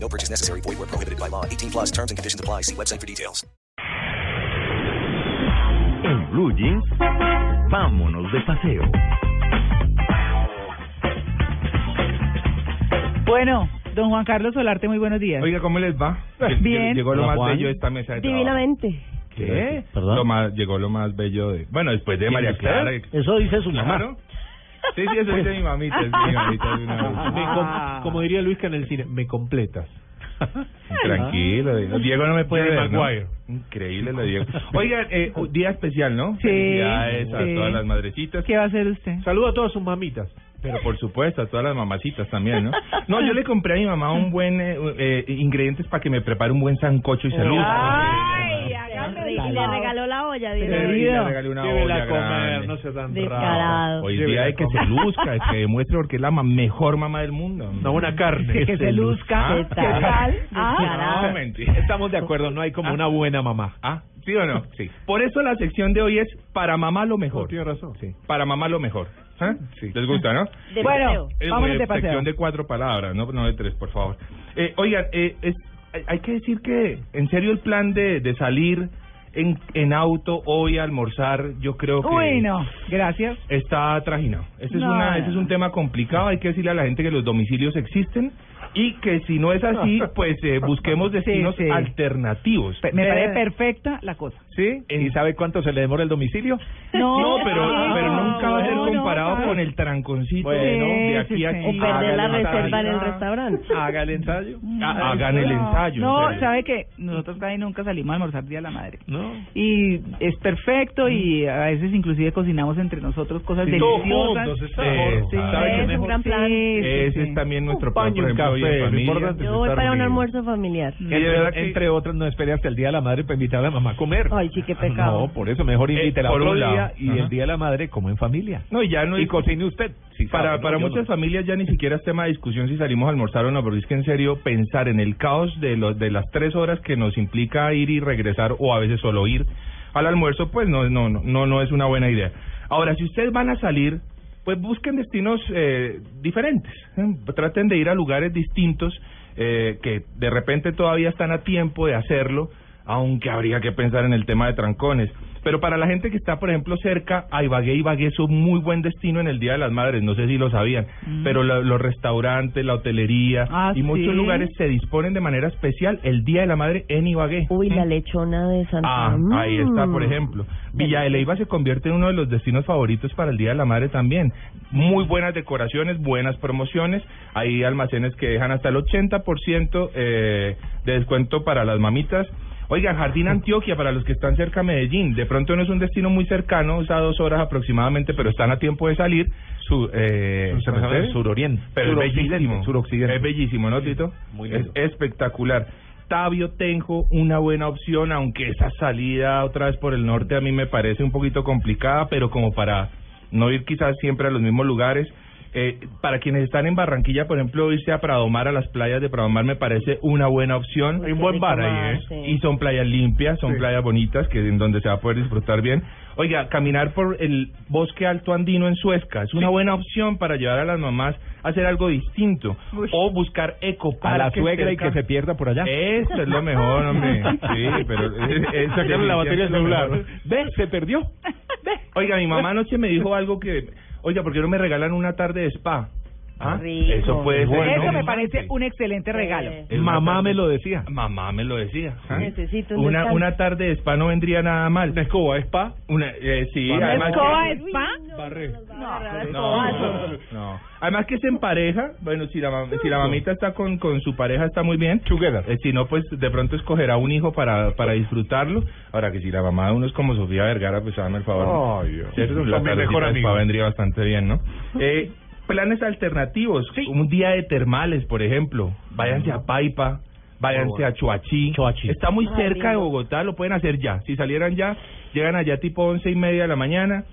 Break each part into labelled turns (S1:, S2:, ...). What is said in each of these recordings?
S1: No purchase necessary. Void where prohibited by law. 18 plus terms and conditions apply. See website for details.
S2: En Blue Jeans, vámonos de paseo.
S3: Bueno, don Juan Carlos Solarte, muy buenos días.
S4: Oiga, ¿cómo les va?
S3: Bien.
S4: Llegó lo
S5: Hola,
S4: más
S5: Juan.
S4: bello de esta mesa de trabajo.
S6: Divinamente.
S4: ¿Qué?
S5: Perdón.
S4: Lo más, llegó lo más bello de... Bueno, después de María Clara.
S5: Eso dice su mamá.
S4: Claro. Sí, sí, eso dice mi mamita. Es mi mamita de una vez.
S5: Me com- como diría Luis en el cine, me completas.
S3: Ah.
S4: Tranquilo, Diego. Diego no me puede
S5: Jerry
S4: ver, ¿no?
S5: Maguire.
S4: Increíble lo de Diego. Oigan, eh, un día especial, ¿no?
S3: Sí,
S4: Felicidades a
S3: sí.
S4: todas las madrecitas.
S3: ¿Qué va a hacer usted?
S5: Saludo a todas sus mamitas.
S4: Pero por supuesto, a todas las mamacitas también, ¿no? No, yo le compré a mi mamá un buen... eh, eh, ingredientes para que me prepare un buen sancocho y salud.
S6: Ay, hágame. Y le regaló la olla,
S4: Pero
S6: dice.
S4: y le regalé una
S5: Llévela
S4: olla
S5: a comer,
S4: grande.
S5: no sea tan raro.
S6: Descarado.
S4: Hoy día hay que se luzca, de que demuestre porque es la ma- mejor mamá del mundo.
S5: No, una carne.
S3: Que se luzca.
S4: ¿Qué
S3: tal?
S6: Ah.
S4: No, mentira.
S5: Estamos de acuerdo, no hay como una buena mamá.
S4: Ah, ¿sí o no? Sí. Por eso la sección de hoy es para mamá lo mejor.
S5: No, tiene razón.
S4: Sí. Para mamá lo mejor. ¿Ah? ¿Les gusta, no?
S6: De
S3: Bueno,
S6: paseo.
S4: Es
S3: vámonos
S4: de
S3: de paseo.
S4: sección de cuatro palabras, no, no de tres, por favor. Eh, oigan, eh, es- hay- hay que decir que, en serio, el plan de, de salir en, en auto hoy a almorzar, yo creo que...
S3: Uy, no, gracias.
S4: está trajinado. Ese, es
S3: No,
S4: una,
S3: no.
S4: ese es un tema complicado. Hay que decirle a la gente que los domicilios existen y que si no es así, pues eh, busquemos destinos
S3: sí.
S4: alternativos.
S3: Pe- Me
S5: Eh.
S3: parece perfecta la cosa.
S4: ¿Sí?
S5: ¿Y sabe cuánto se le demora el domicilio?
S4: No, pero, pero nunca va a ser
S3: no, no,
S4: comparado
S3: claro.
S4: con el tranconcito
S5: Bueno,
S3: Sí,
S4: de aquí
S3: sí,
S4: a
S3: sí.
S4: aquí.
S3: O
S6: perder la
S4: Hagan el
S6: reserva en el
S4: ensayo.
S6: restaurante.
S5: Haga el ensayo.
S4: Ah, Hagan el ensayo.
S3: Mm.
S4: en
S3: No,
S4: serio.
S3: ¿sabe que Nosotros casi nunca salimos a almorzar Día de la Madre.
S5: No.
S3: Y es perfecto y a veces inclusive cocinamos entre nosotros cosas
S5: Sí, todos juntos,
S3: deliciosas.
S5: está
S4: Sí,
S5: mejor.
S4: sí,
S5: ¿Sabe qué
S6: es un
S5: mejor?
S6: gran plan.
S3: Sí, sí,
S4: Ese
S3: sí.
S4: es también nuestro
S5: Un
S4: plan,
S5: paño,
S4: por
S5: un
S4: ejemplo, hoy en
S5: café, lo
S4: familia.
S5: importante
S6: Yo voy para un almuerzo familiar.
S4: Y de verdad que-
S5: Entre otras, no espere hasta el Día de la Madre para invitar a la mamá a comer.
S6: Ay, sí, qué pecado.
S5: No, por eso mejor invítela
S4: Eh, por
S5: otro
S4: un lado.
S5: día y
S4: Ajá.
S5: el Día de la Madre como en familia.
S4: No, y ya no
S5: y
S4: es-
S5: cocine usted. Sí,
S4: para
S5: sabe, ¿no?
S4: para
S5: Yo
S4: muchas
S5: no.
S4: familias ya ni siquiera es tema de discusión si salimos a almorzar o no, pero es que en serio pensar en el caos de, los de las tres horas que nos implica ir y regresar o a veces solo ir al almuerzo, pues no, no, no, no, no es una buena idea. Ahora, si ustedes van a salir, pues busquen destinos eh, diferentes, ¿eh? traten de ir a lugares distintos eh, que de repente todavía están a tiempo de hacerlo, aunque habría que pensar en el tema de trancones. Pero para la gente que está, por ejemplo, cerca a Ibagué, Ibagué es un muy buen destino en el Día de las Madres, no sé si lo sabían, pero la- los restaurantes, la hotelería
S3: Ah,
S4: y muchos
S3: ¿sí?
S4: lugares se disponen de manera especial el Día de la Madre en Ibagué.
S6: Uy, la
S4: ¿Mm?
S6: lechona de Santa
S4: Ah,
S6: Mm.
S4: ahí está, por ejemplo. Villa de Leiva se convierte en uno de los destinos favoritos para el Día de la Madre también. Muy buenas decoraciones, buenas promociones. Hay almacenes que dejan hasta el 80% eh, de descuento para las mamitas. Oigan, Jardín Antioquia, para los que están cerca a Medellín, de pronto no es un destino muy cercano, es a dos horas aproximadamente, pero están a tiempo de salir. Su, eh,
S5: Sur-
S4: ¿se refiere?
S5: suroriente.
S4: Pero es
S5: Suroccidente,
S4: bellísimo.
S5: suroccidente.
S4: Es bellísimo, ¿no, Tito?
S5: muy lindo.
S4: Es espectacular. Tabio Tenjo, una buena opción, aunque esa salida otra vez por el norte a mí me parece un poquito complicada, pero como para no ir quizás siempre a los mismos lugares. Eh, para quienes están en Barranquilla, por ejemplo, irse a Pradomar, a las playas de Pradomar, me parece una buena opción.
S6: Hay un buen bar ahí, ¿eh? Sí.
S4: Y son playas limpias, son playas bonitas, que en donde se va a poder disfrutar bien. Oiga, caminar por el bosque alto andino en Suezca es una buena opción para llevar a las mamás a hacer algo distinto. O buscar ecoparques.
S5: A la suegra y
S4: cerca-
S5: que se pierda por allá.
S4: Eso es lo mejor, hombre. Sí, pero... es- es-
S5: Sacaron la batería del
S4: es lo
S5: celular.
S4: mejor.
S5: Ve, se perdió.
S4: Oiga, mi mamá anoche me dijo algo que... Oiga, ¿por qué no me regalan una tarde de spa? ¿Ah?
S6: Mm, Rico.
S4: Eso puede ser.
S5: Bueno,
S3: Eso me
S4: interesante.
S3: parece un excelente regalo.
S6: Eh,
S4: Es una
S5: Mamá
S4: tarde-
S5: me lo decía.
S4: Mamá me lo decía. ¿ah?
S6: Necesito un
S4: Una,
S6: descanso.
S4: una tarde de spa no vendría nada mal. ¿Una escoba de spa? Una, eh, sí,
S5: Barre.
S4: además...
S3: ¿Escoba de
S4: que-
S3: spa?
S4: No, no, no. Además que es en pareja, bueno, si la, mam- si la mamita está con, con su pareja está muy bien.
S5: Together.
S4: Eh, si no, pues de pronto escogerá un hijo para, para disfrutarlo. Ahora que si la mamá de uno es como Sofía Vergara, pues hágame el favor. ¿no?
S5: Ay, Dios.
S4: ¿Cierto?
S5: Son
S4: La
S5: mi
S4: tardecita
S5: mejor
S4: de
S5: amigo.
S4: spa vendría bastante bien, ¿no? Eh, planes alternativos. Un día de termales, por ejemplo. Váyanse a Paipa. váyanse a Chuachi.
S5: Chuachi.
S4: Está muy
S6: Ah,
S4: cerca de
S6: lindo.
S4: Bogotá, lo pueden hacer ya. Si salieran ya, llegan allá tipo once y media de la mañana.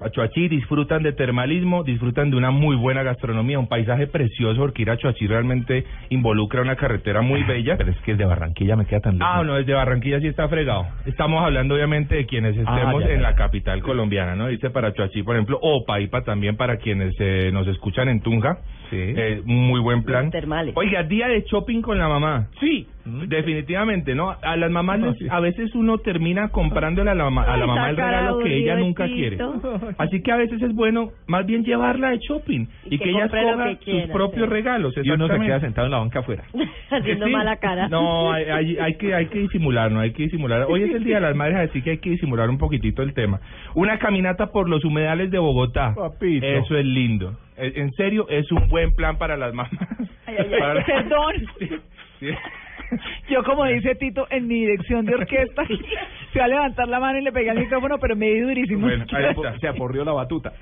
S4: A Chuachi disfrutan de termalismo, disfrutan de una muy buena gastronomía, un paisaje precioso, porque ir a Chuachi realmente involucra una carretera muy
S5: Ah,
S4: bella.
S5: Pero es que el de Barranquilla me queda tan lejos.
S4: Ah, no, desde Barranquilla sí está fregado. Estamos hablando obviamente de quienes
S5: Ah,
S4: estemos
S5: ya, ya,
S4: en
S5: ya.
S4: la capital colombiana, ¿no? Dice para Chuachi, por ejemplo, o Paipa también para quienes eh, nos escuchan en Tunja.
S5: Sí.
S4: Eh, muy buen plan.
S6: Los termales.
S4: Oiga, día de shopping con la mamá. Sí.
S5: Mm.
S4: Definitivamente, ¿no? A las mamás les-
S5: sí.
S4: a veces uno termina comprándole a la, mamá- a la
S6: Ay,
S4: mamá
S6: esa
S4: el
S6: cara
S4: regalo que ella nunca quiere.
S6: aburridecito.
S4: Así que a veces es bueno más bien llevarla de shopping
S6: Y
S4: y,
S6: que
S4: que, ella
S6: compre lo
S4: escoja
S6: que quiera,
S4: sus propios
S6: sí.
S4: regalos.
S5: Y uno se
S4: exactamente.
S5: queda sentado en la banca afuera.
S6: Haciendo
S4: Sí.
S6: mala cara.
S4: No, hay, hay- hay que hay que disimular, no hay que disimular. Hoy es el día de las madres, así que hay que disimular un poquitito el tema. Una caminata por los humedales de Bogotá.
S5: Papito.
S4: Eso es lindo. Eh, En serio, es un buen plan para las mamás.
S3: Ay, ay, ay, perdón.
S4: Sí.
S3: Yo, como dice Tito, en mi dirección de orquesta, se va a levantar la mano y le pegué al micrófono, pero me di durísimo.
S4: Bueno, ahí está.
S5: Se aporrió la batuta.